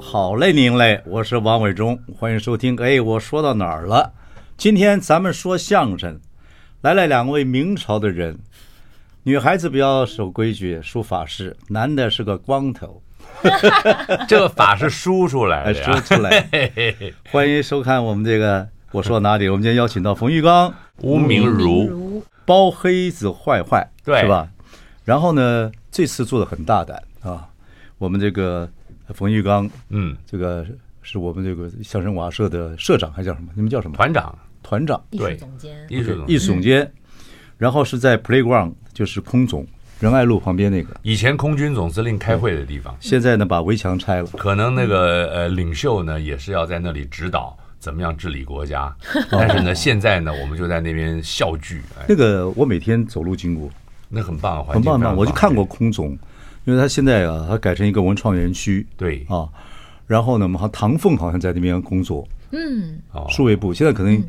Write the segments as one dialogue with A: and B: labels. A: 好嘞，您嘞，我是王伟忠，欢迎收听。哎，我说到哪儿了？今天咱们说相声，来了两位明朝的人，女孩子比较守规矩，梳发饰；男的是个光头，
B: 这个法是梳出来
A: 哎，
B: 的
A: 说
B: 呀。
A: 出来。 欢迎收看我们这个，我说到哪里？我们今天邀请到冯玉刚、
B: 吴明如，
A: 包黑子坏坏，
B: 对
A: 是吧？然后呢，这次做的很大胆啊，我们这个冯玉刚，
B: 嗯，
A: 这个是我们这个相声瓦舍的社长，还叫什么？你们叫什么？
B: 团长，
A: 团长、
C: 艺术
B: 对
C: 总监，
B: 艺术总
A: 艺术总监，然后是在 Playground，就是空总仁爱路旁边那个。
B: 以前空军总司令开会的地方，
A: 现在呢，把围墙拆了，
B: 可能那个呃领袖呢也是要在那里指导怎么样治理 国家，
A: 哦
B: 但是呢，现在呢我们就在那边笑剧，哎，
A: 那个我每天走路经过，
B: 那很棒的环
A: 很
B: 境，
A: 棒很
B: 非常
A: 棒。我就看过空总，因为他现在啊，他改成一个文创园区，
B: 对
A: 啊，然后呢，我们好像唐凤好像在那边工作，
C: 嗯，
B: 哦
A: 数位部现在可能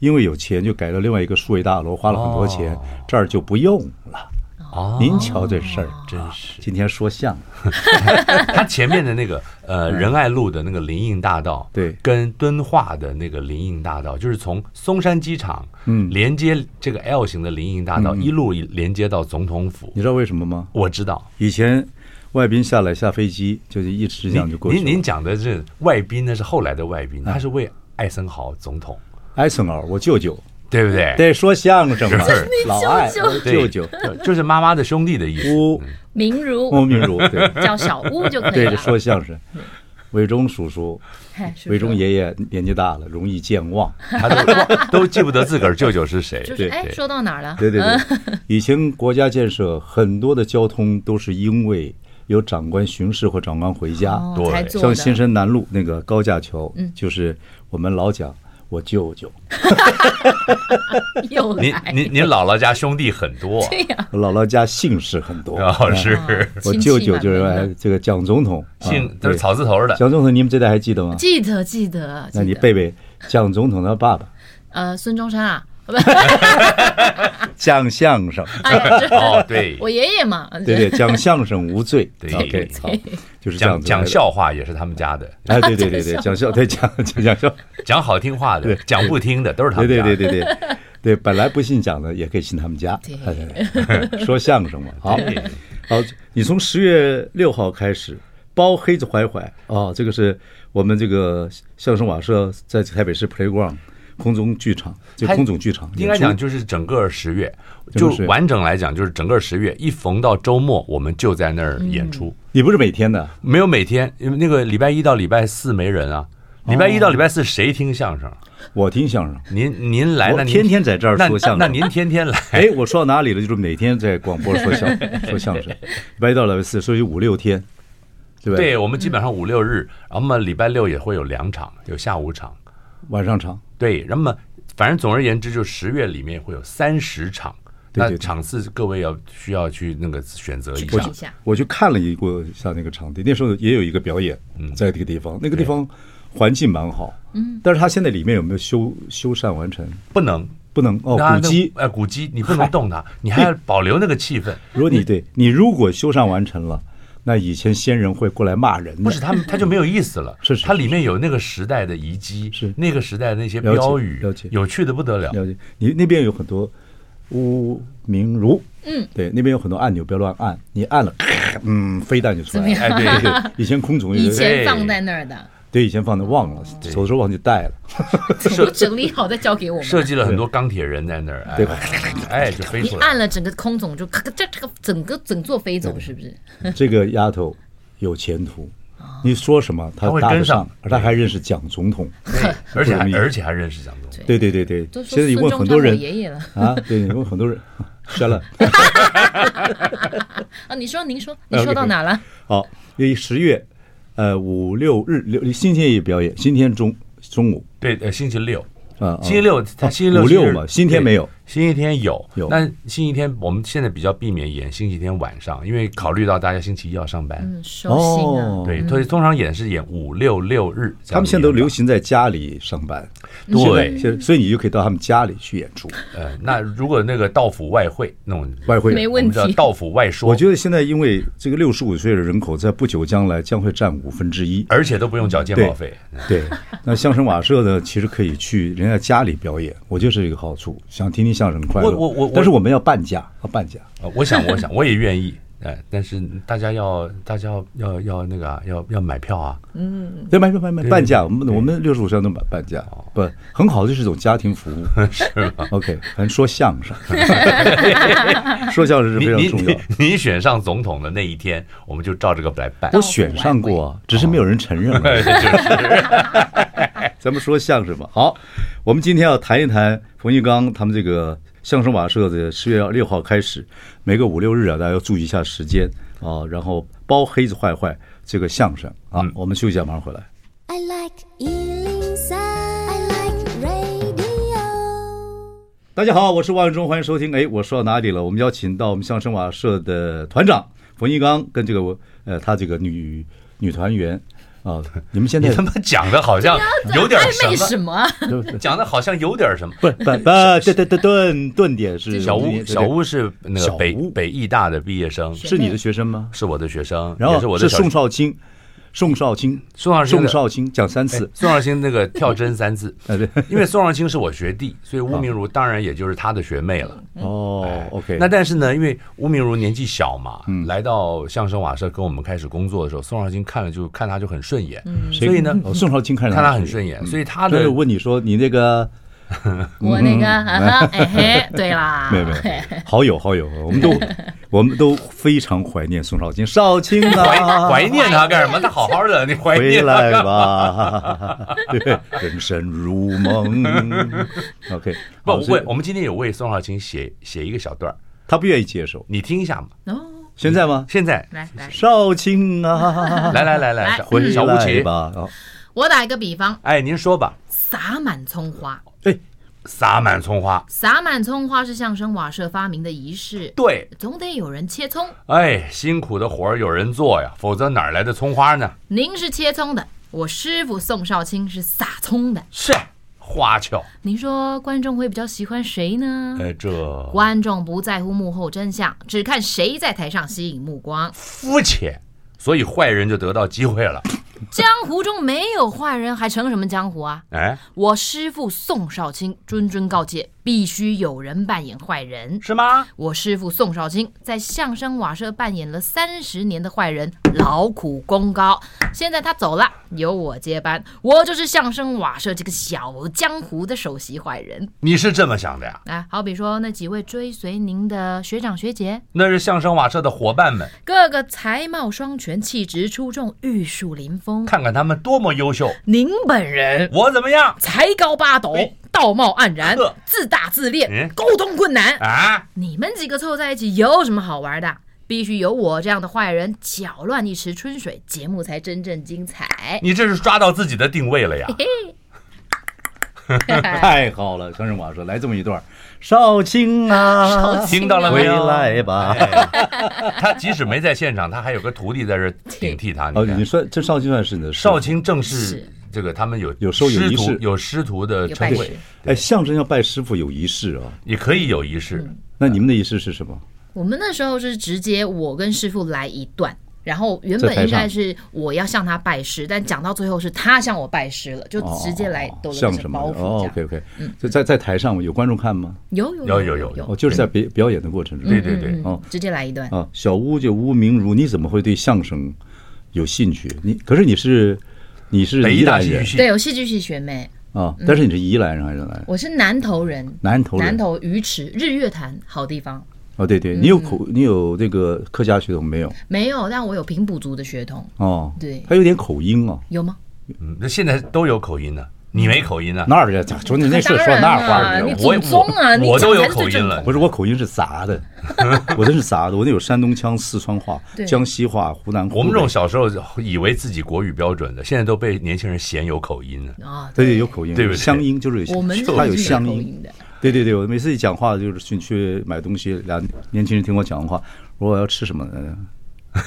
A: 因为有钱就改了另外一个数位大楼，花了很多钱
B: 哦，
A: 这儿就不用了。
B: 哦，
A: 您瞧这事儿，
B: 真是
A: 今天说相声，
B: 他前面的那个 呃仁爱路的那个林荫大道，
A: 嗯对
B: 跟敦化的那个林荫大道，就是从松山机场，
A: 嗯
B: 连接这个 L 型的林荫大道，一路连接到总统府。
A: 你知道为什么吗？
B: 我知道，
A: 以前外宾下来下飞机就是一直这样就过去
B: 您
A: 了。啊
B: 您讲的是外宾，那是后来的外宾，他是为艾森豪总统，
A: 艾森豪，我舅舅，
B: 对不对？
A: 得说相声嘛
B: 是，
A: 老艾，我
B: 对，嗯
A: 舅舅，
B: 就是妈妈的兄弟的意思。
A: 乌
C: 明如
A: 欧明 如，对
C: 叫小屋就可以
A: 对，
C: 了。
A: 说相声。伟忠叔叔，
C: 嘿，是不是
A: 伟忠爷爷年纪大了，容易健 忘。
B: 他都都记不得自个儿舅舅是谁。
C: 就是哎，
B: 对
C: 说到哪儿了？
A: 对对
C: 嗯，
A: 对，以前国家建设很多的交通都是因为有长官巡视或长官回家，
C: 哦
B: 对
C: 才做
A: 像
C: 的。
A: 新生南路那个高架桥，
C: 嗯
A: 就是我们老讲我舅舅，
C: 又
B: 您
C: 来，
B: 您您姥姥家兄弟很多，
C: 对呀，
A: 姥姥家姓氏很多，
B: 啊
A: 哎
B: 是
A: 我
C: 啊亲戚
A: 舅舅
C: 满
A: 就是
C: 门的
A: 哎这个蒋总统，啊
B: 姓都
A: 对
B: 是草字头的。
A: 蒋总统，你们这代还记得吗？
C: 记得记得。
A: 那
C: 记
A: 你
C: 得
A: 背背蒋总统他爸 爸
C: 呃孙中山啊？
A: 讲相声，
C: 哎呀，这
B: 哦，对，
C: 我爷爷嘛，
A: 对对，讲相声无罪。
B: 对
A: OK，好，就是这样
B: 讲
A: 子
B: 讲
A: 来的。
B: 笑话也是他们家的，
A: 哎，对对对对，讲笑，对讲讲讲笑，
B: 讲好听话的，讲不听的都是他
A: 对对
B: 们家
A: 对
B: 的。
A: 对对对，本来不信讲的也可以信他们家，
C: 对
A: 哎对对说相声嘛，好
B: 对
A: 好，你从十月六号开始。包黑子怀怀啊，这个是我们这个相声瓦舍在台北市 Playground 空中剧场，就
B: 它
A: 空总剧场演出，
B: 应该讲就是整个十月，
A: 整
B: 就
A: 个十月
B: 完整来讲就是整个十月，一逢到周末我们就在那儿
C: 嗯
B: 演出，
A: 你不是每天的，
B: 没有每天，因为那个礼拜一到礼拜四没人啊，礼拜一到礼拜四谁听相声？
A: 我听相声，
B: 您您来，
A: 哦我
B: 哎那您
A: 天天在这儿
B: 那
A: 说相声
B: 那您天天来，
A: 哎，我说到哪里了？就是哪天在广播说相说相 声，礼拜一到礼拜四，所以五六天， 对吧？，
B: 对我们基本上五六日，然后嘛礼拜六也会有两场，有下午场，
A: 晚上场，
B: 对，那么反正总而言之，就十月里面会有三十场，
A: 对对
B: 那
A: 对
B: 场次各位要需要去那个选择一
C: 去
A: 我
B: 下
C: 看
A: 去
C: 一。下
A: 我去看了一个像那个场地，那时候也有一个表演，
B: 嗯
A: 在这个地方，那个地方环境蛮好，嗯，但是它现在里面有没有修修缮完成？
B: 不能
A: 不能哦，
B: 那
A: 古迹。
B: 那哎，古迹你不能 动它，你还要保留那个气氛。
A: 如果你对你如果修缮完成了，那以前先人会过来骂人的，
B: 不是他们，他就没有意思了。
A: 是是
B: 它里面有那个时代的遗迹，
A: 是
B: 那个时代的那些
A: 了解
B: 标语
A: 了解，
B: 有趣的不得了。
A: 了解，你那边有很多乌明如，嗯，对，那边有很多按钮，不要乱按，你按了， 咔嗯，飞弹就出来了。
B: 哎，对
A: 对对，以前空总有
C: 以
A: 一个
C: 前放在那儿的，
A: 对以前放的忘了，走的时候忘记带了，
C: 我整理好再交给我
B: 设
C: 们。
B: 计了很多钢铁人在那儿，哎
A: 对吧？
B: 哎，就飞
C: 你
B: 出来。
C: 按了整个空总就咔咔这这个整个整座飞
A: 嗯
C: 走是不是？
A: 这个丫头有前途，你说什么她
B: 她会
A: 搭得
B: 跟
A: 上
B: 上，
A: 而她还认识蒋总统。
B: 对而且
A: 不容
B: 还
A: 易
B: 而且还认识蒋总。
A: 对对对对，
C: 都说
A: 现在你问很多人
C: 孙中山我爷爷了
A: 啊，对，你问很多人， 删了。呃
C: 啊，你说您说你说到哪了？
A: 好，因为十月，呃五六日六星期一表演，今天中中午
B: 对，呃，星期六，
A: 啊，啊
B: 星期六他星期六
A: 五
B: 是
A: 六嘛，星期天没有，，
B: 对星期天有
A: 有
B: 但星期天我们现在比较避免演星期天晚上，因为考虑到大家星期一要上班，
C: 嗯，收心
A: 哦
C: 啊，
B: 对，所以通常演是演五六六日。这样的
A: 他们现在都
B: 演
A: 流
B: 法，
A: 行在家里上班，
B: 对
A: 现在现在所以你就可以到他们家里去演出，
B: 呃，那如果那个到府外汇那种，
A: 外汇。
C: 没
B: 我们叫
C: 问题
B: 到府外说，
A: 我觉得现在因为这个六十五岁的人口在不久将来将会占五分之一，
B: 而且都不用缴健保费，
A: 对，那相声瓦舍呢，其实可以去人家家里表演，我觉得是一个好处。想听听相声很快乐，
B: 我我我我
A: 但是我们要半价，要半价。
B: 呃我想，我想，我也愿意。哎，但是大家要，大家要要要那个啊，要要买票啊。
A: 对，买买买买
B: 对哦
A: 半价，我们我们六十五岁都买半价，不很好，这是一种家庭服 务，是吧？OK，反正说相声，说相声是
B: 你
A: 非
B: 你
A: 常重要
B: 你。你选上总统的那一天，我们就照这个来办。
A: 我选上过啊，只是没有人承认
B: 哎
A: 而已。 咱们说相声吧。好，我们今天要谈一谈冯玉刚他们这个相声瓦舍的十月六号开始，每个五六日啊，大家要注意一下时间啊，然后包黑子坏坏这个相声啊。
B: 嗯
A: 我们休息一下，马上回来。
D: I like Ealing Sound. I like radio.
A: 大家好，我是万永忠，欢迎收听。哎，我说到哪里了？我们邀请到我们相声瓦舍的团长冯玉刚跟这个呃他这个女女团员啊，你们现在
B: 你他妈讲的好像有点
C: 暧昧
B: 什
C: 什
B: 么，
C: 么啊？
B: 讲的好像有点什么。
A: 不 不不，对对对，顿顿点是
B: 小
A: 我们
B: 吴，
A: 这个
B: 小吴是那
A: 小
B: 个北
A: 吴
B: 北艺大的毕业生，
A: 是你的学生吗？
B: 是我的学生，
A: 然
B: 也是
A: 后
B: 我的小
A: 宋少卿，宋少卿，
B: 宋少卿
A: 宋
B: 的
A: 少卿讲三
B: 哎
A: 次，，
B: 宋少卿那个跳针三字
A: 哎对，
B: 因为宋少卿是我学弟，
A: 啊
B: 所以吴明如当然也就是他的学妹了。
A: 哦，OK，
B: 哎那但是呢，因为吴明如年纪小嘛，
A: 嗯
B: 来到相声瓦舍跟我们开始工作的时候，宋少卿看了就看他就很顺眼，
A: 谁
B: 所以呢，
A: 哦宋少卿看着
B: 看他很顺眼，所以他
A: 所以
B: 的
A: 我问你说你那个
C: 我那个，哈哈，哎嘿，对
B: 啊
C: 啦，
A: 嗯 没有没有，好友好友，我 们都我们都非常怀念宋少卿，少卿
B: 怀
A: 啊，
B: 怀念他干什么？他好 好的，你怀
A: 回
B: 念啊他
A: 来吧， 对，人生如梦，OK，
B: 不？
A: 好
B: 我
A: 所以
B: 为我们今天有为宋少卿写写一个小段儿
A: 他不愿意接受，
B: 你听一下嘛。
C: 哦，
A: 现在吗？
B: 现在
C: 来来，
A: 少卿啊，
B: 来来来来，小
C: 嗯
A: 回
B: 小吴
A: 来
B: 奇，
A: 吧，啊，
C: 我打一个比方，
B: 哎，您说吧，
C: 撒满葱花，
A: 哎，
B: 撒满葱花，
C: 撒满葱花是相声瓦舍发明的仪式，
B: 对，
C: 总得有人切葱。
B: 哎，辛苦的活儿有人做呀，否则哪来的葱花呢？
C: 您是切葱的，我师傅宋少卿是撒葱的。
B: 是花俏，
C: 您说观众会比较喜欢谁呢？
B: 哎，这
C: 观众不在乎幕后真相，只看谁在台上吸引目 光。
B: 肤浅，所以坏人就得到机会了。
C: 江湖中没有坏人，还成什么江湖啊？
B: 哎，
C: 我师傅宋少卿谆谆告诫，必须有人扮演坏人。
B: 是吗？
C: 我师傅宋少卿在相声瓦舍扮演了三十年的坏人，劳苦功高。现在他走了，由我接班，我就是相声瓦舍这个小江湖的首席坏人。
B: 你是这么想的呀？
C: 啊，好比说那几位追随您的学长学姐，
B: 那是相声瓦舍的伙伴们，
C: 个个才貌双全，气质出众，玉树临风。
B: 看看他们多么优秀，
C: 您本人
B: 我怎么样
C: 才高八斗
B: 哎，
C: 道貌岸然
B: 呵，
C: 自大自
B: 嗯
C: 恋，沟通困难。
B: 啊？
C: 你们几个凑在一起有什么好玩的？必须有我这样的坏人搅乱一池春水，节目才真正 精彩。
B: 你这是抓到自己的定位了呀？
C: 哎
A: 太好了，相声瓦舍来这么一段，少卿
C: 哎
A: 啊，
B: 听到了没
A: 回
B: 有？
A: 来吧。
B: 哎他即使没在现场，他还有个徒弟在这儿顶替他。
A: 哦，
B: 你
A: 你
B: 看，
A: 说这少卿算是你的师
B: 少
A: 傅，
B: 卿正是
C: 是
B: 这个，他们有
A: 有时候有
B: 师
A: 仪式
B: 徒有师徒的
C: 有
B: 称
C: 拜
B: 谓
C: 师，
A: 哎，相声要拜师傅有仪式啊。
B: 也可以有仪
C: 嗯
B: 式。
A: 那你们的仪式是什么？
C: 我们那时候是直接我跟师傅来一段，然后原
A: 在
C: 本
A: 台
C: 应该
A: 上
C: 是我要向他拜师，但讲到最后是他向我拜师了，就直接来抖了
A: 哦相
C: 个
A: 声嘛
C: 包袱这样。
A: 哦，OK OK，就在在台上有观众看吗？
C: 有有
B: 有
C: 有嗯
B: 有有
A: 哦，就是在表表演的过程中。
B: 对对对，
A: 哦
C: 直接来一段。
A: 啊，小吴就吴明如，你怎么会对相声有兴趣？你可是你是你是
B: 北
A: 宜
B: 医大
A: 兰
B: 戏剧
A: 人
B: 系
C: 对，有戏剧系学妹，
A: 啊，但是你是宜兰人还是哪来？
C: 我是南投人，
A: 南投人
C: 南投鱼池日月潭好地方。
A: 哦，对对，你有口
C: 嗯
A: 你有这个客家血统没有？
C: 没有，但我有平埔族的血统，
A: 哦，
C: 对
A: 他有点口音哦。
C: 有吗？
B: 嗯，那现在都有口音呢。你没口音呢、
A: 那儿去，兄弟那是
C: 当
A: 说
C: 然
A: 那
C: 了
A: 话儿
C: 你
A: 的，
B: 我
C: 祖宗啊，
B: 我
C: 你
B: 我
C: 讲
B: 都有
C: 才是最
B: 口
C: 正
B: 音了
C: 统
A: 不是我口音是杂的， 我这是杂的，我那有山东腔、四川话
C: 对、
A: 江西话、湖南。
B: 我们这种
A: 湖
B: 小时候以为自己国语标准的，现在都被年轻人嫌有口音了。
C: 啊，
A: 北对有口音，
B: 对不对
A: 乡音就是有乡，
C: 我们这
A: 它有
C: 是
A: 乡
C: 口
A: 音。
C: 音的，
A: 对对对，我每次一讲话就是去去买东西，俩年轻人听我讲话，我说我要吃什么，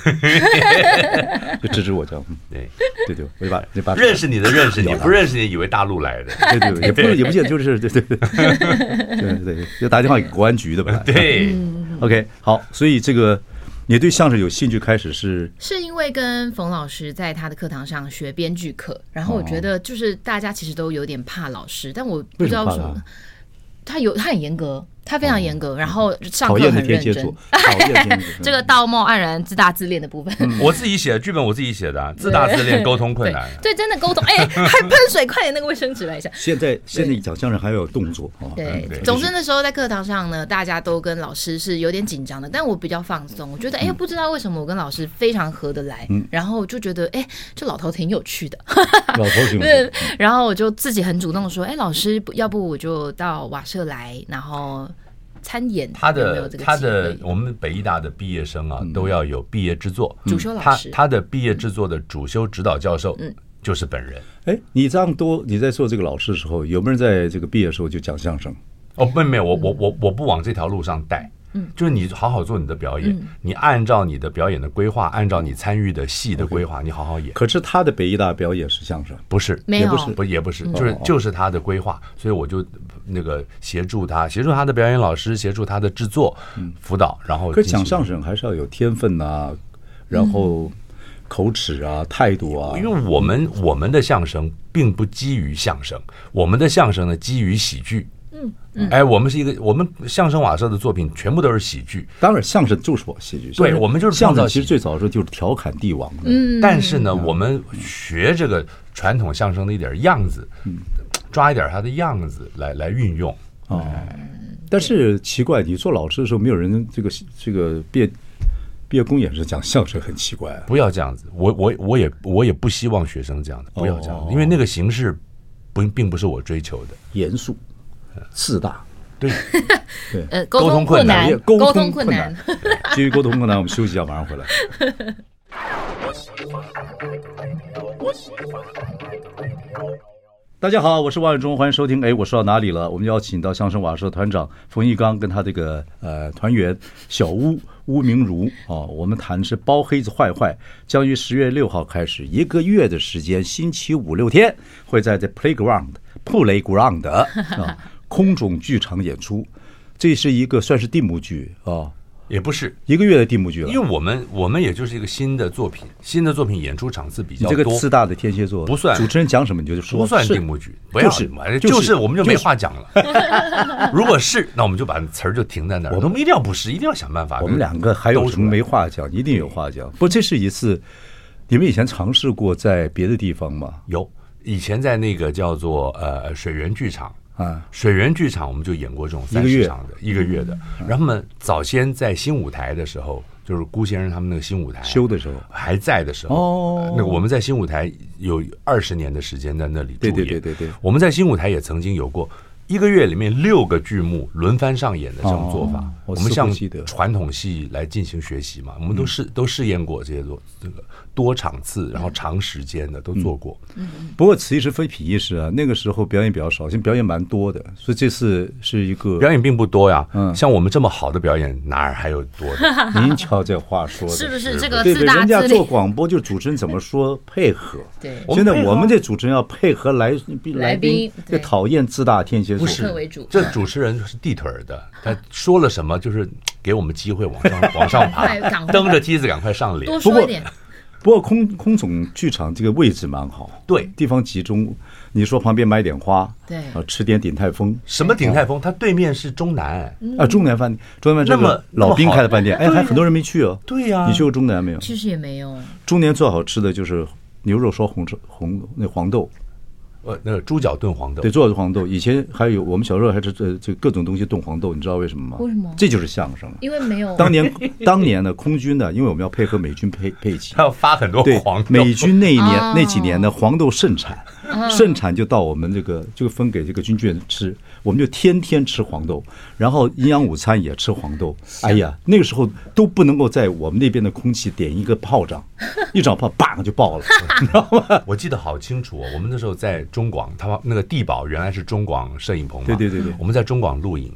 A: 呃 就指指我讲，嗯
B: 对，
A: 对对，我就把就把
B: 认识你的认识你
A: 有，的
B: 不认识你以为大陆来的。
A: 对对，对也不是也不见得就是对对对对对对，就打电话给国安局的吧。
B: 对，
C: 嗯
A: OK，好，所以这个你对相声有兴趣，开始是
C: 是因为跟冯老师在他的课堂上学编剧课，然后我觉得就是大家其实都有点怕老师，但我不知道为什
A: 为什么
C: 么，他有他很严格，他非常严格，然后上
A: 讨
C: 课
A: 厌的
C: 很
A: 天
C: 认
A: 蝎
C: 真
A: 座。，讨厌天蝎座。
C: 这个道貌岸然、自大自恋的部分，
B: 我自己写的剧本，我自己写的啊，自大自恋，沟通困难。
C: 对，真的沟通，哎，还喷水，快点那个卫生纸来一下。
A: 现在现在讲相声还要有动作啊。
C: 对
B: 嗯对，
C: 总之那时候在课堂上呢，大家都跟老师是有点紧张的，但我比较放松，我觉得哎，不知道为什么我跟老师非常合得来，然后我就觉得哎，这老头挺有趣的，
A: 老头挺
C: 对，然后我就自己很主动地说，哎，老师，不要不我就到瓦舍来，然后参演
B: 他
C: 有没有
B: 的
C: 这个
B: 他
C: 机
B: 的
C: 会嗯
B: 我们北医大的毕业生啊，都要有毕业制作。
C: 主修老
B: 他
C: 师嗯
B: 他的毕业制作的主修指导教授就是本人。
A: 哎，你这样多，你在做这个老师的时候，有没有人在这个毕业的时候就讲相声？
B: 哦，没有没有，
C: 嗯
B: 我我我我不往这条路上带。嗯，就是你好好做你的表演，
C: 嗯
B: 你按照你的表演的规划，按照你参与的戏的规划，你好好演。
A: 可是他的北医大表演是相声，
B: 不是，
C: 没
A: 也不
C: 有
A: 是
B: 不也不是，就是
A: 哦
B: 就是他的规划，所以我就那个协助他，协助他的表演老师，协助他的制作、辅导，然
A: 嗯
B: 后
A: 可
B: 进行
A: 讲相声还是要有天分呐、然
C: 嗯
A: 后口齿啊、态度啊
B: 因。为我们我们的相声并不基于相声，我们的相声呢基于喜剧。嗯嗯，哎，我们是一个，我们相声瓦舍的作品全部都是喜剧，
A: 当然，相声就是我戏剧。
B: 对
A: 相声
B: 我们就是
A: 相
B: 创
A: 声，
B: 造
A: 其
B: 喜
A: 实
B: 剧
A: 最早的时候就是调侃帝王
C: 嗯
A: 的。
B: 但是
A: 嗯
B: 呢，我们学这个传统相声的一点样子，
A: 嗯
B: 抓一点它的样子来来运用。
A: 哦，但是奇怪，你做老师的时候，没有人这个这个毕业毕业公演是讲相声，很奇怪啊。
B: 不要这样子，我我我也我也不希望学生这样的，不要这样
A: 哦
B: 子，因为那个形式不并不是我追求的。
A: 严肃、自大，
B: 对，
A: 对，
C: 呃沟
B: 沟
C: 通
B: 通困
C: 困
B: 难
C: 难，
A: 哎沟
C: 通
A: 困
C: 困难。。
A: 基于沟通困难，我们休息一下，马上回来。大家好，我是万永忠，欢迎收听。哎，我说到哪里了？我们邀请到相声瓦舍团长冯一刚跟他这个呃团员小乌乌明如啊，我们谈的是包黑子坏坏，将于十月六号开始，一个月的时间，星期五六天会在这 playground 布雷 ground 啊空中剧场演出，这是一个算是地幕剧啊，
B: 也不是，
A: 一个月的地幕剧了
B: 因为。我们我们也就是一个新的作品，新的作品演出场次比
A: 你
B: 较
A: 这个
B: 多
A: 自，大的天蝎座
B: 不算
A: 主持人讲什么你就说
B: 不算
A: 是
B: 定目剧，不要
A: 就是
B: 嘛哎
A: 就是
B: 就是我们就没
A: 就是
B: 话讲了。 如果是，那我们就把词儿就停在那儿。我们一定要不是，一定要想办法。
A: 我们两个还有什么没话讲？一定有话讲。不，这是一次，你们以前尝试过在别的地方吗？
B: 有以前在那个叫做呃水源剧场，
A: 啊，
B: 水源剧场我们就演过这种
A: 一
B: 三
A: 个
B: 十
A: 月嗯
B: 场的一个月的。然后呢，早先在新舞台的时候，就是顾先生他们那个新舞台
A: 修的时候
B: 还在的时候，
A: 哦
B: 呃那个我们在新舞台有二十年的时间在那里驻
A: 对
B: 演。
A: 对对对对
B: 我们在新舞台也曾经有过。一个月里面六个剧目轮番上演的这种做法，
A: 哦我
B: 我
A: 似
B: 们
A: 乎
B: 向
A: 记得嗯
B: 传统戏来进行学习嘛，我们都试、都试验过这些多这个多场次，然后长时间的都做过。
A: 嗯不过此一时非彼一时啊，那个时候表演比较少，现在表演蛮多的，所以这次是一个
B: 表。演并不多呀，
A: 嗯
B: 像我们这么好的表演哪儿还有多的？
A: 您瞧这话说的，
C: 是不
B: 是
C: 是这个
A: 对
C: 自
A: 对，
C: 大
A: 人家
C: 自
A: 做
C: 恋？
A: 广播就主持人怎么 说配合。
C: 对，
B: 我
A: 现
B: 们
A: 在
B: 配 合
A: 我们这主持人要配合来来
C: 来宾
A: 就
C: 对
A: 讨厌自大天蝎座，
C: 以客为主
B: 这主持人是地腿儿的，他说了什么就是给我们机会往上往上 爬
C: 快 赶，快
B: 蹬着梯子赶快上脸
C: 多。
A: 不
C: 说
A: 过
C: 一点，
A: 不过空空总剧场这个位置蛮好，
B: 对
C: 嗯
A: 地方集中。你说旁边买点花，
C: 对
A: 啊，吃点鼎泰丰，
B: 什么鼎泰丰？他对面是中南，
A: 啊，中南饭店，中南饭店这
B: 那
A: 个
B: 么
A: 老兵
B: 那么好
A: 开的饭店，哎，还很多人没去哦。
B: 对呀
A: 你去过中南没有？
C: 其实也没有，
A: 中南最好吃的就是牛肉烧红红那黄豆，
B: 呃，那个猪脚炖黄豆
A: 对，。做的黄豆。以前还有我们小时候还是呃，就各种东西炖黄豆，你知道为什么吗？
C: 为什么
A: 这就是相声。
C: 因为没有
A: 当年当年呢，空军呢，因为我们要配合美军配配齐，
B: 他要发很 多
A: 对
B: 黄，豆，
A: 美军那一年
C: 哦
A: 那几年呢，黄豆盛产，盛产就到我们这个就分给这个军军人吃，我们就天天吃黄豆，然后营养午餐也吃黄豆。哎呀，那个时候都不能够在我们那边的空气点一个炮仗， 一掌炮砰就 爆了。
B: 我记得好清楚哦，我们那时候在中广，他们那个地堡原来是中广摄影棚嘛，
A: 对对对对
B: 我们在中广录影，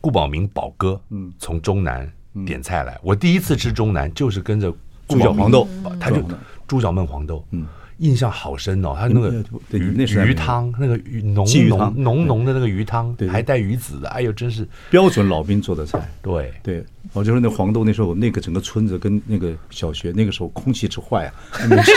B: 顾宝明宝哥，嗯，从中南点菜来，我第一次吃中南就是跟着
A: 嗯
B: 顾
A: 猪脚
B: 宝明
A: 黄豆
B: 宝他就
A: 嗯
B: 猪脚焖黄豆，嗯。印象好深哦，他那个
A: 嗯对
B: 鱼
A: 那时代没有
B: 鱼汤，那个鱼浓
A: 鲫鱼
B: 浓
A: 汤
B: 浓浓的那个鱼汤，
A: 对对
B: 还带鱼子的，哎呦，真是
A: 标准老兵做的菜。
B: 对，
A: 对，我就说那黄豆，那时候我们那个整个村子跟那个小学，那个时候空气之坏啊，没 事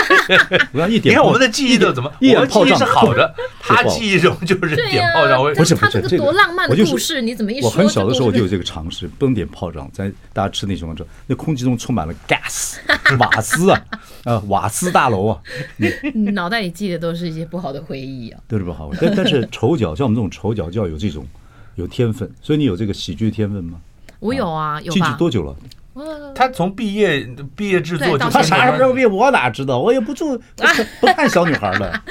A: 我要一
B: 你
A: 点
B: 看
A: 炮。
B: 我们的记忆都怎么？
A: 一点
B: 我们记
A: 炮
B: 忆
A: 仗
B: 是好 的，他
A: 炮
B: 记忆中就是
C: 对
B: 点
C: 呀
B: 炮仗会，
A: 不是
C: 他这
A: 不
C: 个
A: 是这
C: 多
A: 个
C: 浪漫
A: 我
C: 的
A: 就是
C: 故事，你怎么一
A: 我
C: 说？
A: 很小的时候我就有
C: 这
A: 这个尝试，不能点炮仗，咱大家吃那什么，那空气中充满了 gas 瓦斯啊，啊瓦斯大楼啊，
C: 故事 脑袋里记得都是一些不好的回忆啊。
A: 对是不好？但但是丑角像我们这种丑角就要有这种有天分，所以你有这个喜剧天分吗？
C: 我有啊，有
A: 进去
C: 吧？
A: 嗯多久了？
C: 呃
B: 他从毕业毕业制作
C: 对
B: 就
C: 到
A: 他
C: 现在
B: 先
A: 啥时候毕业我哪知道？我也不 住不不看小女孩了。
C: 啊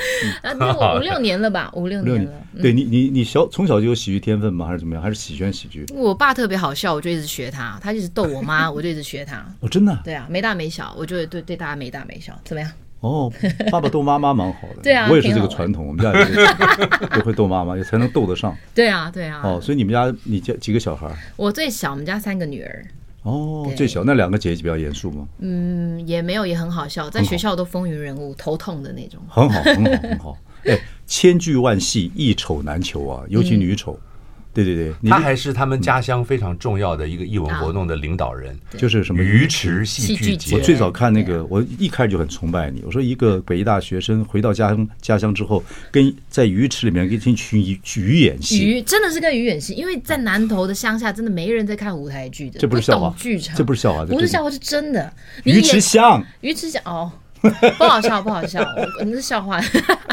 C: 那 我五六年了吧，五六
A: 没有
C: 年
A: 你
C: 了。，
A: 对你你你小从小就有喜剧天分吗？还是怎么样？还是喜欢喜剧？
C: 我爸特别好笑，我就一直学他，他一直逗我妈，我就一直学他。
A: 哦，真的啊
C: 对啊，没大没小，我就对对大家没大没小，怎么样？
A: 哦，爸爸逗妈妈蛮好的。
C: 对啊
A: 我也是这
C: 挺
A: 个
C: 好玩
A: 传统，我们家 也是这个传统也会逗妈妈，也才能逗得上。
C: 对啊，对啊。
A: 哦，所以你们家你家几个小孩儿？
C: 我最小，我们家三个女儿，
A: 哦
C: 对，
A: 最小那两个姐姐比较严肃吗？
C: 嗯，也没有也很好笑，在学校都风云人物，头痛的那种。
A: 很好，很好，很好。哎，千剧万戏，一丑难求啊，尤
C: 嗯
A: 其女丑。对对对，你
B: 他还是他们家乡非常重要的一个艺
C: 啊
B: 文活动的领导人，
A: 就是什么
B: 鱼池戏
C: 戏剧
B: 剧
C: 节
B: 节。
A: 我最早看那个，我一开始就很崇拜你。我说一个北医大学生回到家乡家乡之后，跟在鱼池里面跟一群鱼鱼演戏，
C: 鱼真的是跟鱼演戏，因为在南头的乡下，真的没人在看舞台剧的，
A: 这不是笑
C: 懂
A: 话
C: 剧场，
A: 这不是笑话这
C: 不
A: 真
C: 是
A: 的
C: 笑话，是真的。你
A: 鱼池
C: 演
A: 乡。
C: 鱼吃香哦， 不好笑，不好笑，我那是笑话，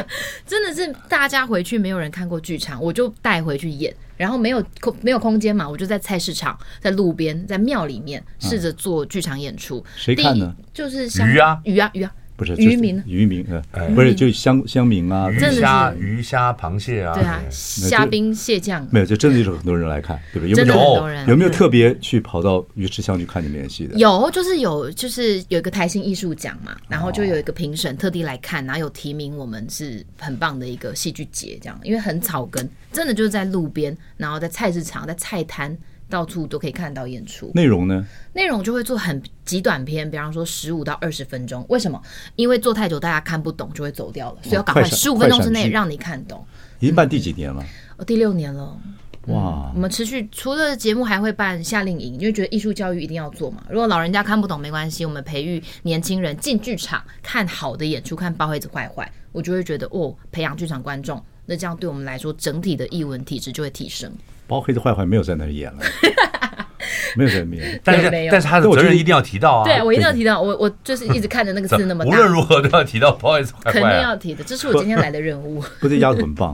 C: 真的是大家回去没有人看过剧场，我就带回去演，然后没有空没有空间嘛，我就在菜市场、在路边、在庙里面试着做剧场演出。
A: 谁看呢
C: 第一？就是像
B: 鱼啊
C: 鱼啊，鱼啊，
A: 不是
C: 渔民
A: 就是渔民，呃，不是就乡乡民啊，
B: 鱼
C: 真的是
B: 虾、鱼虾、螃蟹啊，
C: 对啊，
B: 对
C: 虾兵蟹将，
A: 没有，就真的就是很多人来看，对不对？有
C: 真
A: 没
C: 的
A: 有
C: 很多人
A: 有没有特别去跑到鱼池乡去看你们演戏的？
C: 有，就是有，就是有一个台新艺术奖嘛，然后就有一个评审特地来看，然后有提名我们是很棒的一个戏剧节，这样，因为很草根，真的就是在路边，然后在菜市场、在菜摊。到处都可以看到演出，
A: 内容呢？
C: 内容就会做很极短篇，比方说十五到二十分钟。为什么？因为做太久大家看不懂，就会走掉了，所以要赶快
A: 快闪
C: 十五分钟之
A: 快闪
C: 内
A: 剧
C: 让你看懂。
A: 已经办第几年了？
C: 哦，第六年了，
A: 哇
C: 我！们持续除了节目还会办夏令营，因为觉得艺术教育一定要做嘛。如果老人家看不懂没关系，我们培育年轻人进剧场看好的演出，看包黑子坏坏，我就会觉得哦，培养剧场观众，那这样对我们来说整体的艺文体质就会提升。
A: 包黑的坏坏没有在那儿 演了，没有在那儿演。
B: 但
C: 没
B: 是
C: 有
B: 但是他的责任一定要提到啊。
C: 对我一定要提到，我我就是一直 看着那个
B: 怎
C: 字那么
B: 无论
C: 大，
B: 如何都要提到，不好意思，坏
C: 肯
B: 坏
C: 定
B: 啊
C: 要提的，这是我今天来的任务。
A: 不，这丫头很棒。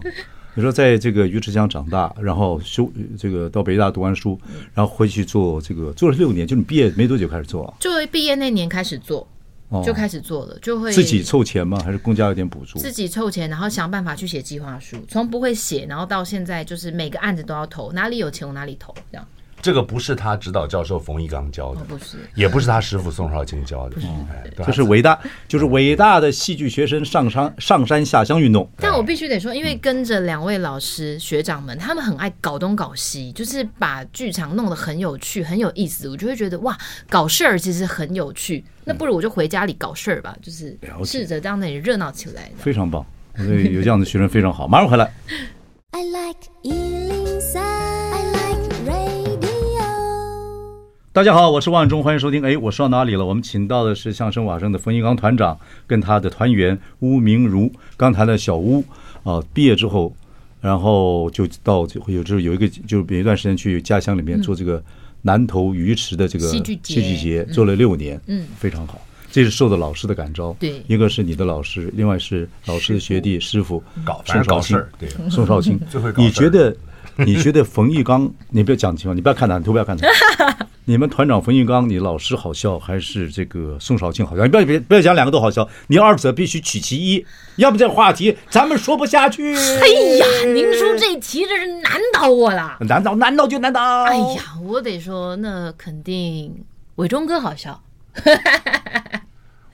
A: 你说在这个鱼池乡长大，然后修这个到北大读完书，然后回去做这个做了六年，就你毕业没多久开始做啊，
C: 就毕业那年开始做，
A: 哦
C: 就开始做了，就会
A: 自己凑钱吗？还是公家有点补助？
C: 自己凑钱，然后想办法去写计划书，从不会写，然后到现在就是每个案子都要投，哪里有钱我哪里投，这样。
B: 这个不是他指导教授冯一刚教的
C: 哦，，不是，
B: 也不是他师傅宋少卿教的，哎对啊
A: 就是伟大，就是伟大的戏剧学生上山上山下乡运动。
C: 但我必须得说，因为跟着两位老师、学长们，他们很爱搞东搞西，就是把剧场弄得很有趣、很有意思。我就会觉得哇，搞事儿其实很有趣。那不如我就回家里搞事儿吧，就是
A: 了解
C: 试着让那里热闹起来。
A: 非常棒，我觉得有这样的学生非常好。马上回来。
D: I like Ealing Sound. I like radio.
A: 大家好，我是万忠，欢迎收听。哎，我说到哪里了？我们请到的是相声瓦舍的冯一刚团长跟他的团员巫明如。刚才的小巫啊、毕业之后，然后就到就有就是有一个就是有一段时间去家乡里面做这个南头鱼池的这个
C: 嗯戏剧节
A: 节做了六年，
C: 嗯
A: 非常好。这是受的老师的感召，
C: 对
A: 一个是你的老师，另外是老师的学弟师傅
B: 搞反
A: 宋
B: 正
A: 少
B: 搞
A: 卿
B: 事儿，对，
A: 宋少卿
B: 最会，搞
A: 你
B: 事儿
A: 觉得你觉得冯玉刚，你不要讲情况，你不要看他，你都不要看他。你们团长冯玉刚，你老师好笑还是这个宋少卿好笑？你不要别不要讲两个都好笑，你二者必须取其一，要不这话题咱们说不下去。
C: 哎呀，您说这题真是难倒我 了。
A: 难道难道就难道？
C: 哎，呀，我得说，那肯定伟忠哥好笑。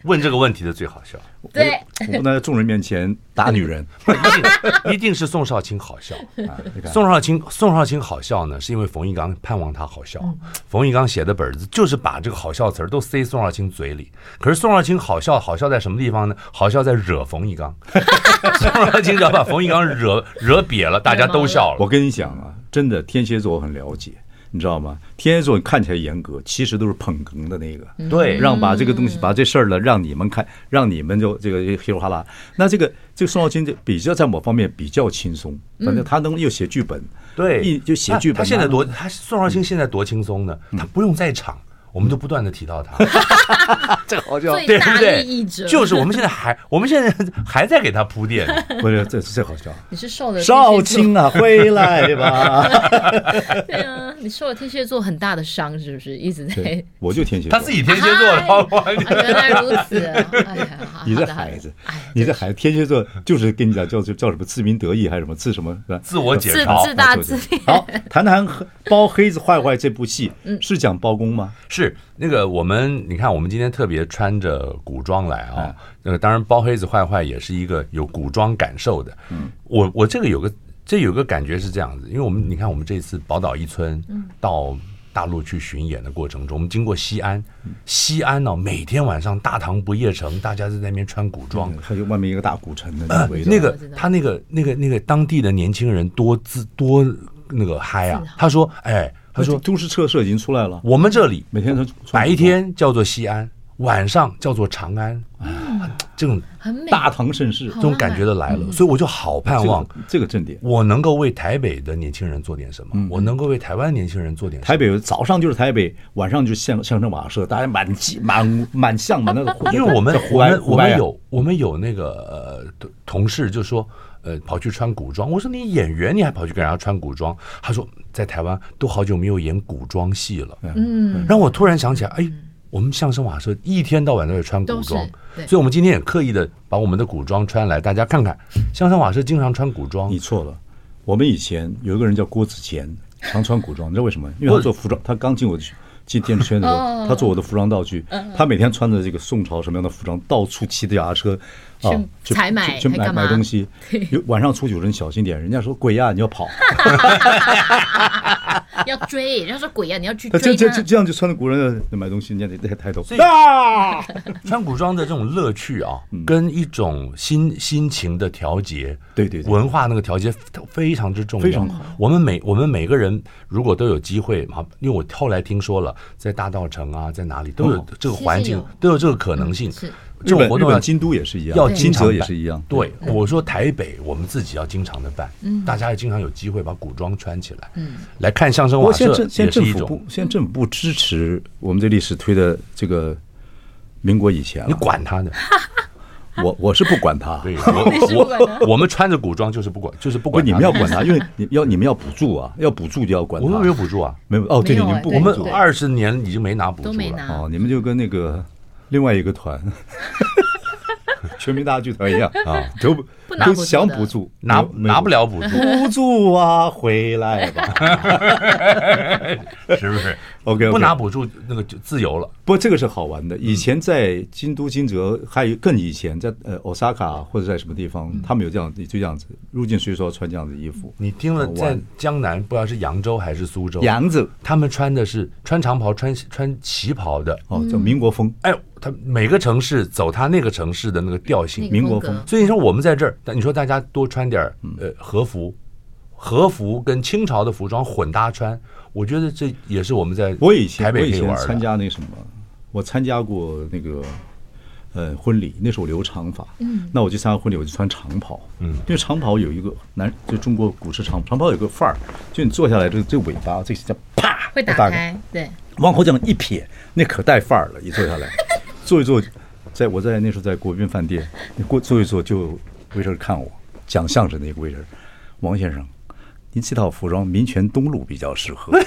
B: 问这个问题的最好笑，
C: 对，
A: 我不能在众人面前打女人。
B: 一定一定是宋少卿好 笑。
A: 啊你看
B: 宋少卿，嗯宋少卿好笑呢，是因为冯玉刚盼望他好笑。冯玉刚写的本子就是把这个好笑词儿都塞宋少卿嘴里。可是宋少卿好笑，好笑在什么地方呢？好笑在惹冯玉 刚。宋少卿只要把冯玉刚惹惹瘪了，大家都笑了。
A: 我跟你讲啊，真的天蝎座我很了解，你知道吗？天蝎座看起来严格，其实都是捧哏的那个，
B: 对
A: 让把这个东西，把这事儿呢，让你们看，让你们就这个稀里哗啦。那这个这个宋少卿就比较在某方面比较轻松，反正他能又写剧本，
B: 对，
A: 一就写
B: 他
A: 剧本啊。嗯
B: 他现在多，他宋少卿现在多轻松呢，他不用在场，我们都不断的提到他。
A: 这个好笑
C: 最
B: 对
C: 大
B: 不
C: 利
B: 对
C: 益者？
B: 就是我们现在还，我们现在还在给他 铺垫。
A: 不是这这好笑。
C: 你是受了
A: 少
C: 天蝎座
A: 卿啊，回来 吧！
C: 对啊，你受了天蝎座很大的伤，是不是？一直在。
A: 对我就天蝎座
B: 他自己天蝎座， 然后我
C: 啊原来如此，哎呀，好好
A: 你这
C: 的
A: 孩子
C: 好的哎，
A: 你这孩子，天蝎座就是跟你讲叫叫什么自鸣得意还是什么自什么？是吧
B: 自我解
C: 自
B: 嘲
C: 自大
A: 对
C: 自
A: 对对
C: 恋，嗯
A: 好，谈谈 《包黑子坏坏》这部戏，是讲包公吗？
B: 是那个我们，你看我们今天特别穿着古装来啊，那个当然包黑子坏坏也是一个有古装感受的。嗯，我我这个有个这有个感觉是这样子，因为我们你看我们这次宝岛一村
C: 嗯
B: 到大陆去巡演的过程中，我们经过西安，西安呢、每天晚上大唐不夜城，大家都在那边穿古装
A: 嗯，还有外面一个大古城的那围着
B: 呃那个
C: 嗯我知道
B: 他那个那个那个当地的年轻人多自多那个嗨啊
C: 自豪，
B: 他说哎，他说
A: 都市特色已经出来了，
B: 我们这里
A: 每天都穿
B: 哦白天叫做西安，晚上叫做长安，这种
C: 很美。
A: 大唐盛世，
B: 这种感觉都来了，所以我就好盼
A: 这
B: 望
A: 个这个正点。
B: 我能够为台北的年轻人做点什么，我能够为台湾年轻人做点什么。
A: 嗯台北早上就是台北，晚上就相相声瓦舍，大家满街满满巷满那个户，
B: 因为我们
A: 在湖
B: 我
A: 湾
B: 们我
A: 湖湾
B: 们
A: 呀
B: 有我们有那个呃同同事就说呃跑去穿古装，我说你演员你还跑去给人家穿古装，他说在台湾都好久没有演古装戏了，
C: 嗯，
B: 让我突然想起来，哎，我们相声瓦舍一天到晚都在穿古装
C: 都是，对
B: 所以我们今天也刻意的把我们的古装穿来，大家看看，
C: 嗯
B: 相声瓦舍经常穿古装
A: 你，错了，我们以前有一个人叫郭子乾，常穿古装，你知道为什么？因为他做服装，他刚进我的进电视圈的时
C: 哦
A: 候，他做我的服装道具，
C: 嗯
A: 他每天穿着这个宋朝什么样的服装，到处骑着脚踏车啊
C: 去，
A: 去
C: 采买
A: 去去
C: 还
A: 买
C: 干嘛
A: 买东西。 有晚上出去，有人小心点，人家说鬼啊呀，你要跑。
C: 要追，人家说鬼呀、啊你要去
A: 他这
C: 追
A: 这
C: 他
A: 这。这呃样就穿着古人的买东西，人家得得抬头
B: 所以
A: 啊。
B: 穿古装的这种乐趣啊，
A: 嗯
B: 跟一种心心情的调节，
A: 对对对
B: 文化那个调节非常之重要，
A: 非常好。
B: 我们每我们每个人如果都有机会啊，因为我后来听说了，在大道城啊，在哪里都有
A: 哦
B: 这个环境
C: 是是有，
B: 都有这个可能性
C: 嗯是。
B: 这种活
A: 日本
B: 动要
A: 日本京都也是一样，
B: 要
A: 金
B: 经常
A: 泽
B: 办
A: 也是一样。
B: 对，
C: 嗯
B: 我说台北，我们自己要经常的办，大家要经常有机会把古装穿起来，
C: 嗯
B: 来看相声
A: 不过
B: 瓦
A: 现
B: 舍
A: 在政现
B: 也
A: 在
B: 是
A: 政
B: 一
A: 府
B: 种
A: 不，，现在政府不支持我们这历史推的这个民国以前
B: 你
A: 了。
B: 管他 呢？
A: 我我是不管他，
B: 对，
C: 是不管
B: 我
C: 他
B: 我我们穿着古装就是不管，就是不
A: 不
B: 管
A: 你
B: 他
A: 们要管他，因为你要你们要补助 啊，要补助就要管
B: 我
A: 他。
B: 们没有补助啊，
A: 没有哦，对，
C: 没
A: 你
C: 有
A: 们
C: 哎
A: 不
C: 对
B: 我
A: 补
B: 们
A: 助
C: 对
B: 二十年已经没拿补
C: 都
B: 助
C: 没
B: 了，
C: 拿
A: 哦，你们就跟那个另外一个团 全民大剧团一样啊，都
C: 不拿
A: 都
C: 补助
A: 想
C: 的
A: 补助，
B: 拿
A: 没
B: 拿不。了补助，
A: 没补助啊，回来 吧。
B: 是不是？
A: OK，
B: 不拿补嗯助那个就自由了。
A: 不，这个是好玩的。以前在京都、金泽，还有更以前在呃 Osaka 或者在什么地方，
B: 嗯
A: 他们有这样就这样子入境随俗要穿这样的衣服，
B: 你听了
A: 好，玩
B: 在江南，不知道是扬州还是苏州，
A: 洋子
B: 他们穿的是穿长袍、穿穿旗袍的，
A: 哦，叫民国风。
B: 哎，他每个城市走他那个城市的那个调性
C: 那，个
A: 民国
C: 风
A: 风
C: 格
B: 所以你说我们在这儿，但你说大家多穿点儿呃和服，和服跟清朝的服装混搭穿，我觉得这也是我们在
A: 我以前
B: 台
A: 我
B: 北
A: 以
B: 可以
A: 前
B: 玩
A: 参
B: 的。
A: 加那什么，我参加过那个呃婚礼，那时候我留长发，嗯，那我去参加婚礼，我就穿长袍，嗯，因为长袍有一个男，就中国古式长长袍有个范儿，就你坐下来这这尾巴这叫啪
C: 会打开，对，
A: 往后这样一撇，那可带范儿了。一坐 下来，坐一坐，在我在那时候在国宾饭店，你过坐一坐就威人看我讲相声的一个威人，王先生，您这套服装民权东路比较适合。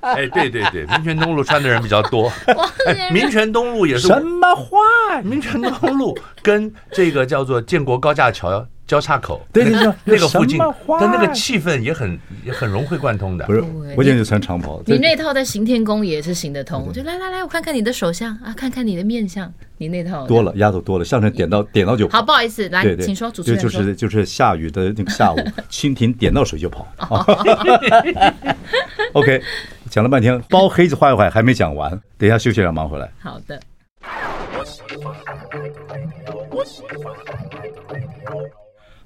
B: 哎，对对对，民权东路穿的人比较 多。
C: 哇，这些
B: 哎， 民权东路也是
A: 什么话？
B: 民权东路跟这个叫做建国高架桥交叉口，
A: 对
B: 那
A: 对对
B: 那个附近
A: 什么，话
B: 但那个气氛也很也很融会贯通的。
A: 不是
C: 对，
A: 我今天就穿长袍。
C: 哦你那套在行天宫也是行得通。我就来来来，我看看你的手相啊，看看你的面相，你那套
A: 多了，丫头多了，相声点到点到就跑
C: 好，。不好意思，来
A: 对，对，
C: 请说，主持人
A: 就
C: 说。
A: 就是就是下雨的那个下 午，蜻蜓点到水就跑。OK，讲了半天，包黑子坏坏还没讲完，等一下休息两忙回来。
C: 好的，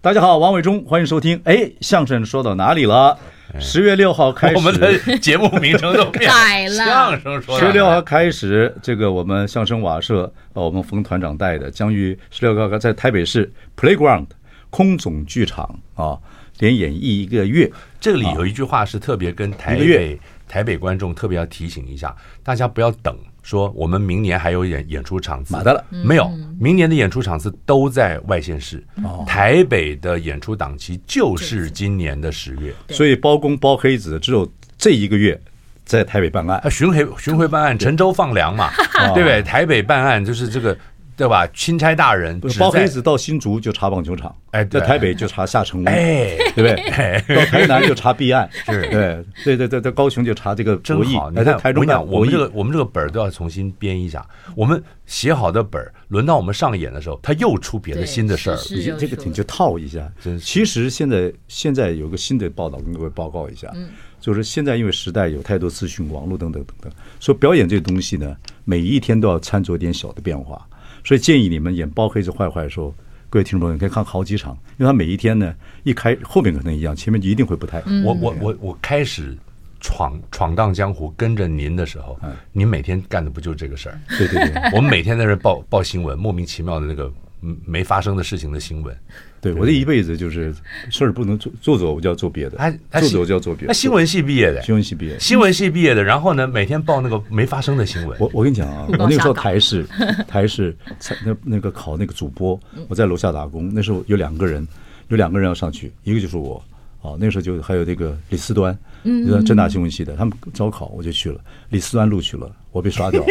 A: 大家好，王伟忠，欢迎收听。哎，相声说到哪里了？十月六号开始，
B: 哎我们的节目名称都变
C: 改了
B: 相声说
A: 十
B: 的
A: 六号开始，这个我们相声瓦舍，呃，我们冯团长带的，将于十六号在台北市 Playground 空总剧场啊，连演绎一个月。
B: 这里有一句话是特别跟台
A: 啊一个月
B: 北台北观众特别要提醒一下，大家不要等说我们明年还有演演出场次，
A: 马达了
B: 没有？明年的演出场次都在外县市，
A: 哦
B: 台北的演出档期就是今年的十月。
C: 对
A: 所以包公包黑子只有这一个月在台北办案
B: 啊，。巡回巡回办案，陈州放粮 嘛，
A: 哦
B: 对不对？台北办案就是这个，对吧？钦差大人
A: 不是
B: 只
A: 包黑
B: 在
A: 子到新竹就查棒球场，
B: 哎
A: 在
B: 对
A: 台北就查下城屋，
B: 哎，
A: 对不对？到台南就查弊案，
B: 是
A: 对对对对，在高雄就查这个
B: 真
A: 博弈
B: 好！，你
A: 哎在
B: 看，
A: 台
B: 我
A: 中
B: 跟你
A: 办
B: 讲，我
A: 博
B: 们这
A: 弈，
B: 个我们这个本儿都要重新编一下。我们写好的本儿，轮到我们上演的时候，他又出别的
C: 对
B: 新的事儿了。
C: 是
A: 你
C: 有
A: 这个
C: 说
A: 挺
C: 的
A: 就套一下
B: 真。是
A: 其实现在现在有个新的报道跟各位报告一下，
C: 嗯
A: 就是现在因为时代有太多资讯、网络等等等等，所以表演这个东西呢，每一天都要掺着一点小的变化。所以建议你们演包黑子坏坏的时候，各位听众朋友你可以看好几场，因为他每一天呢一开后面可能一样，前面一定会不太。
C: 嗯
B: 我我我我开始闯闯荡江湖，跟着您的时候，
C: 嗯
B: 您每天干的不就这个事儿？
A: 对对对。
B: 我们每天在这儿报报新闻，莫名其妙的那个嗯没发生的事情的新闻。
A: 对，我这一辈子就是事儿不能做，做做我就要做别的
B: 哎，哎
A: 做
B: 新
A: 做我就要做别
B: 那
A: 的。
B: 新闻系毕业的，
A: 新闻系毕业，
B: 新闻系毕业的，然后呢，每天报那个没发生的新闻。
A: 我我跟你讲 啊，我
C: 搞
A: 那个时候
C: 瞎搞
A: 台视台视才那那个考那个主播，
B: 嗯
A: 我在楼下打工，那时候有两个人，有两个人要上去，一个就是我。啊，那时候就还有这个李四端，嗯，正大新闻系的，他们招考我就去了，李四端录取了，我被刷 掉了，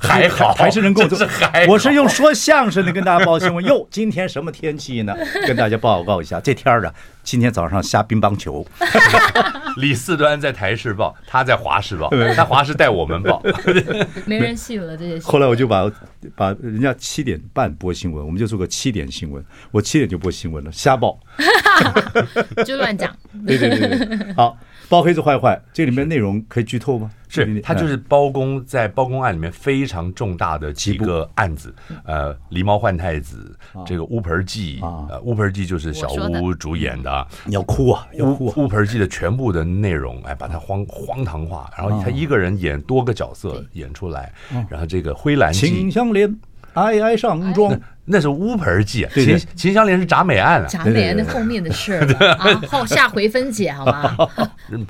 B: 还好，
A: 还是能够
B: 真是啊还好
A: 我是用说相声的跟大家报新闻。哟，今天什么天气呢？跟大家报告一下，这天儿啊，今天早上下乒乓球，
B: 李四端在台视报，他在华视报
A: 对，
B: 他华视带我们报。
C: 没人信了这些。
A: 后来我就把把人家七点半播新闻，我们就做个七点新闻，我七点就播新闻了，瞎报。
C: 就乱讲，
A: 对对对 对，好，包黑子坏坏，这里面内容可以剧透吗？
B: 是
A: 哎
B: 他就是包公在包公案里面非常重大的几个案子，
A: 嗯
B: 呃，狸猫换太子，这个乌盆记，
A: 啊
B: 呃，乌盆记就是小
C: 我说
B: 乌主演的，
A: 你要哭啊，要哭
B: 乌
A: 啊。
B: 乌盆记的全部的内容，哎，把它荒荒唐化，然
A: 啊
B: 后他一个人演多个角色演出来，然后这个灰蓝
A: 请
B: 记。
A: 相连，哀哀上
B: 哎
A: 妆。
B: 那是乌盆记，啊
A: 对
B: 秦
A: 对
B: 秦香莲是铡美案啊，
C: 讲点那后面的事儿 了啊，后下回分解好吗？
B: 嗯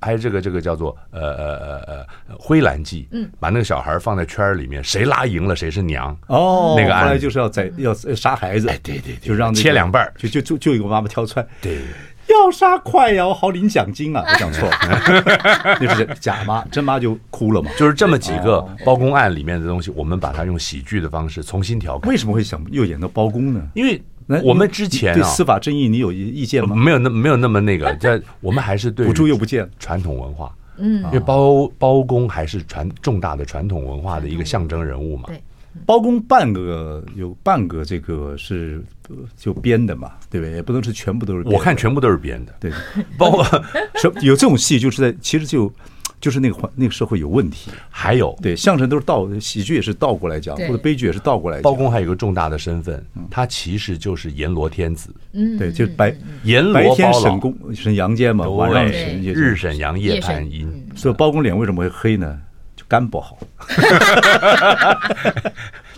B: 还有这个这个叫做呃呃呃呃呃灰蓝记，嗯，把那个小孩放在圈儿里面，谁拉赢了谁是娘，
A: 哦，
B: 那个案
A: 后来就是要宰要杀孩子，
B: 哎对对对
A: 就让那个
B: 切两半儿
A: 就就就就有个妈妈挑出来，
B: 对，
A: 要杀快呀，我好领奖金 啊，我讲错了， 那是假妈，真妈就哭了嘛。
B: 就是这么几个包公案里面的东西，我们把它用喜剧的方式重新调侃，
A: 为什么会想又演到包公呢？
B: 因为
A: 那
B: 我们之前
A: 对
B: 啊
A: 司法正义你有意见吗？
B: 没有那没有那么那个，在我们还是 对于
A: 补助又不见了
B: 传统文化，嗯，因为包包公还是传重大的传统文化的一个象征人物嘛，
C: 对，
A: 包公半个有半个这个是呃就编的嘛，对不对？也不能是全部都是编的。
B: 我看全部都是编 的，
A: 对，
B: 包括
A: 什么有这种戏就是在其实就就是那个环那个社会有问题。
B: 还有
A: 对，相声都是倒喜剧也是倒过来讲，
C: 对
A: 或者悲剧也是倒过来讲。
B: 包公还有一个重大的身份，他其实就是阎罗天子，
C: 嗯，
A: 对，就白
B: 阎罗
A: 白
B: 包
A: 天
B: 老
A: 审公审阳间嘛，晚上
B: 对，
A: 审夜
B: 日审阳，夜
C: 夜审
B: 判阴。
A: 所以包公脸为什么会黑呢？就肝不好，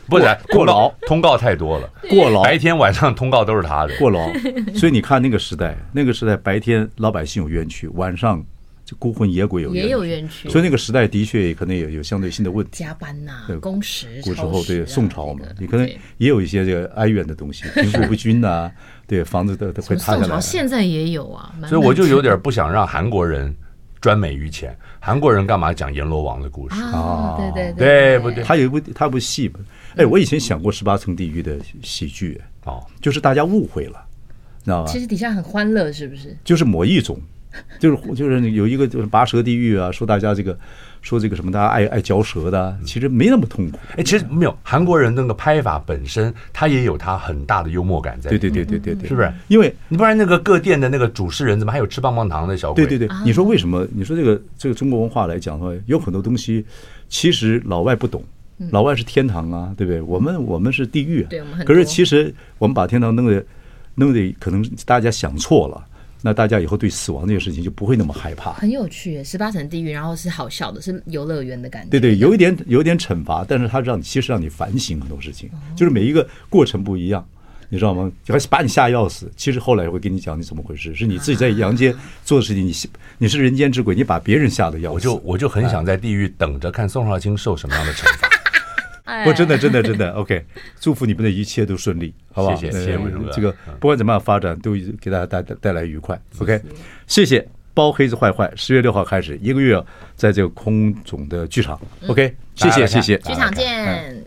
B: 不然
A: 过劳
B: 通告太多了，
A: 过劳
B: 白天晚上通告都是他的。
A: 过 劳。所以你看那个时代，那个时代白天老百姓有冤屈，晚上就孤魂野鬼有
C: 也有
A: 冤
C: 冤
A: 屈。
C: 屈
A: 所以那个时代的确可能也有相对性的问题。
C: 加班呐
A: 对，
C: 工时，
A: 古时
C: 超
A: 候
C: 时
A: 对
C: 啊
A: 宋朝嘛
C: 这，个
A: 你可能
C: 对
A: 也有一些这个哀怨的东西，贫富不均呐、对房子都都会塌
C: 宋
A: 下
C: 朝
A: 来。
C: 现在也有啊，蛮
B: 所以我就有点不想让韩国人专美于前。韩国人干嘛讲阎罗王的故事？
C: 啊，对对
B: 对不对嗯
A: 他有一部他有部戏嘛，哎，我以前想过十八层地狱的喜剧，
B: 哦，
A: 就是大家误会了，你知道吧
C: 其？实底下很欢乐，是不是？
A: 就是某一种，就是就是有一个就是拔舌地狱啊，说大家这个说这个什么大家爱爱嚼舌的
B: 嗯
A: 啊，其实没那么痛苦。
B: 哎，其实没有韩国人那个拍法本身，他也有他很大的幽默感在。
A: 对对，对对对对，
B: 是不是？
A: 因为
B: 你不然那个各店的那个主持人怎么还有吃棒棒糖的小鬼？
A: 对对
C: 啊
A: 对，你说为什么？你说这个这个中国文化来讲的话，有很多东西其实老外不懂，老外是天堂啊，对不对？我们我们是地狱啊
C: 嗯对我们很。
A: 可是
C: 多
A: 其实我们把天堂弄得弄得可能大家想错了，那大家以后对死亡这件事情就不会那么害怕。
C: 很有趣耶，十八层地狱，然后是好笑的，是游乐园的感觉。
A: 对对，有一点有一点惩罚，但是它让你其实让你反省很多事
C: 哦
A: 情，就是每一个过程不一样，你知道吗？就还把你吓要死。其实后来我会跟你讲你怎么回事，是你自己在阳
C: 啊
A: 间做的事情，你你是人间之鬼，你把别人吓得要死。
B: 我就我就很想在地狱等着看宋少卿受什么样的惩罚。
C: 哎，
A: 不，真的，真的，真的，OK，祝 福你们的一切都顺利，好不好？
B: 谢谢
A: 呃
B: 谢谢魏主任
A: 这个不管怎么样发展，都给大家带带带来愉快，OK，谢谢。包黑子坏坏，十月六号开始，一个月在这个空总的剧场，OK，谢
B: 大家
A: 谢，
B: 来
A: 谢谢，
B: 看
C: 嗯
A: 哎
C: 剧场见。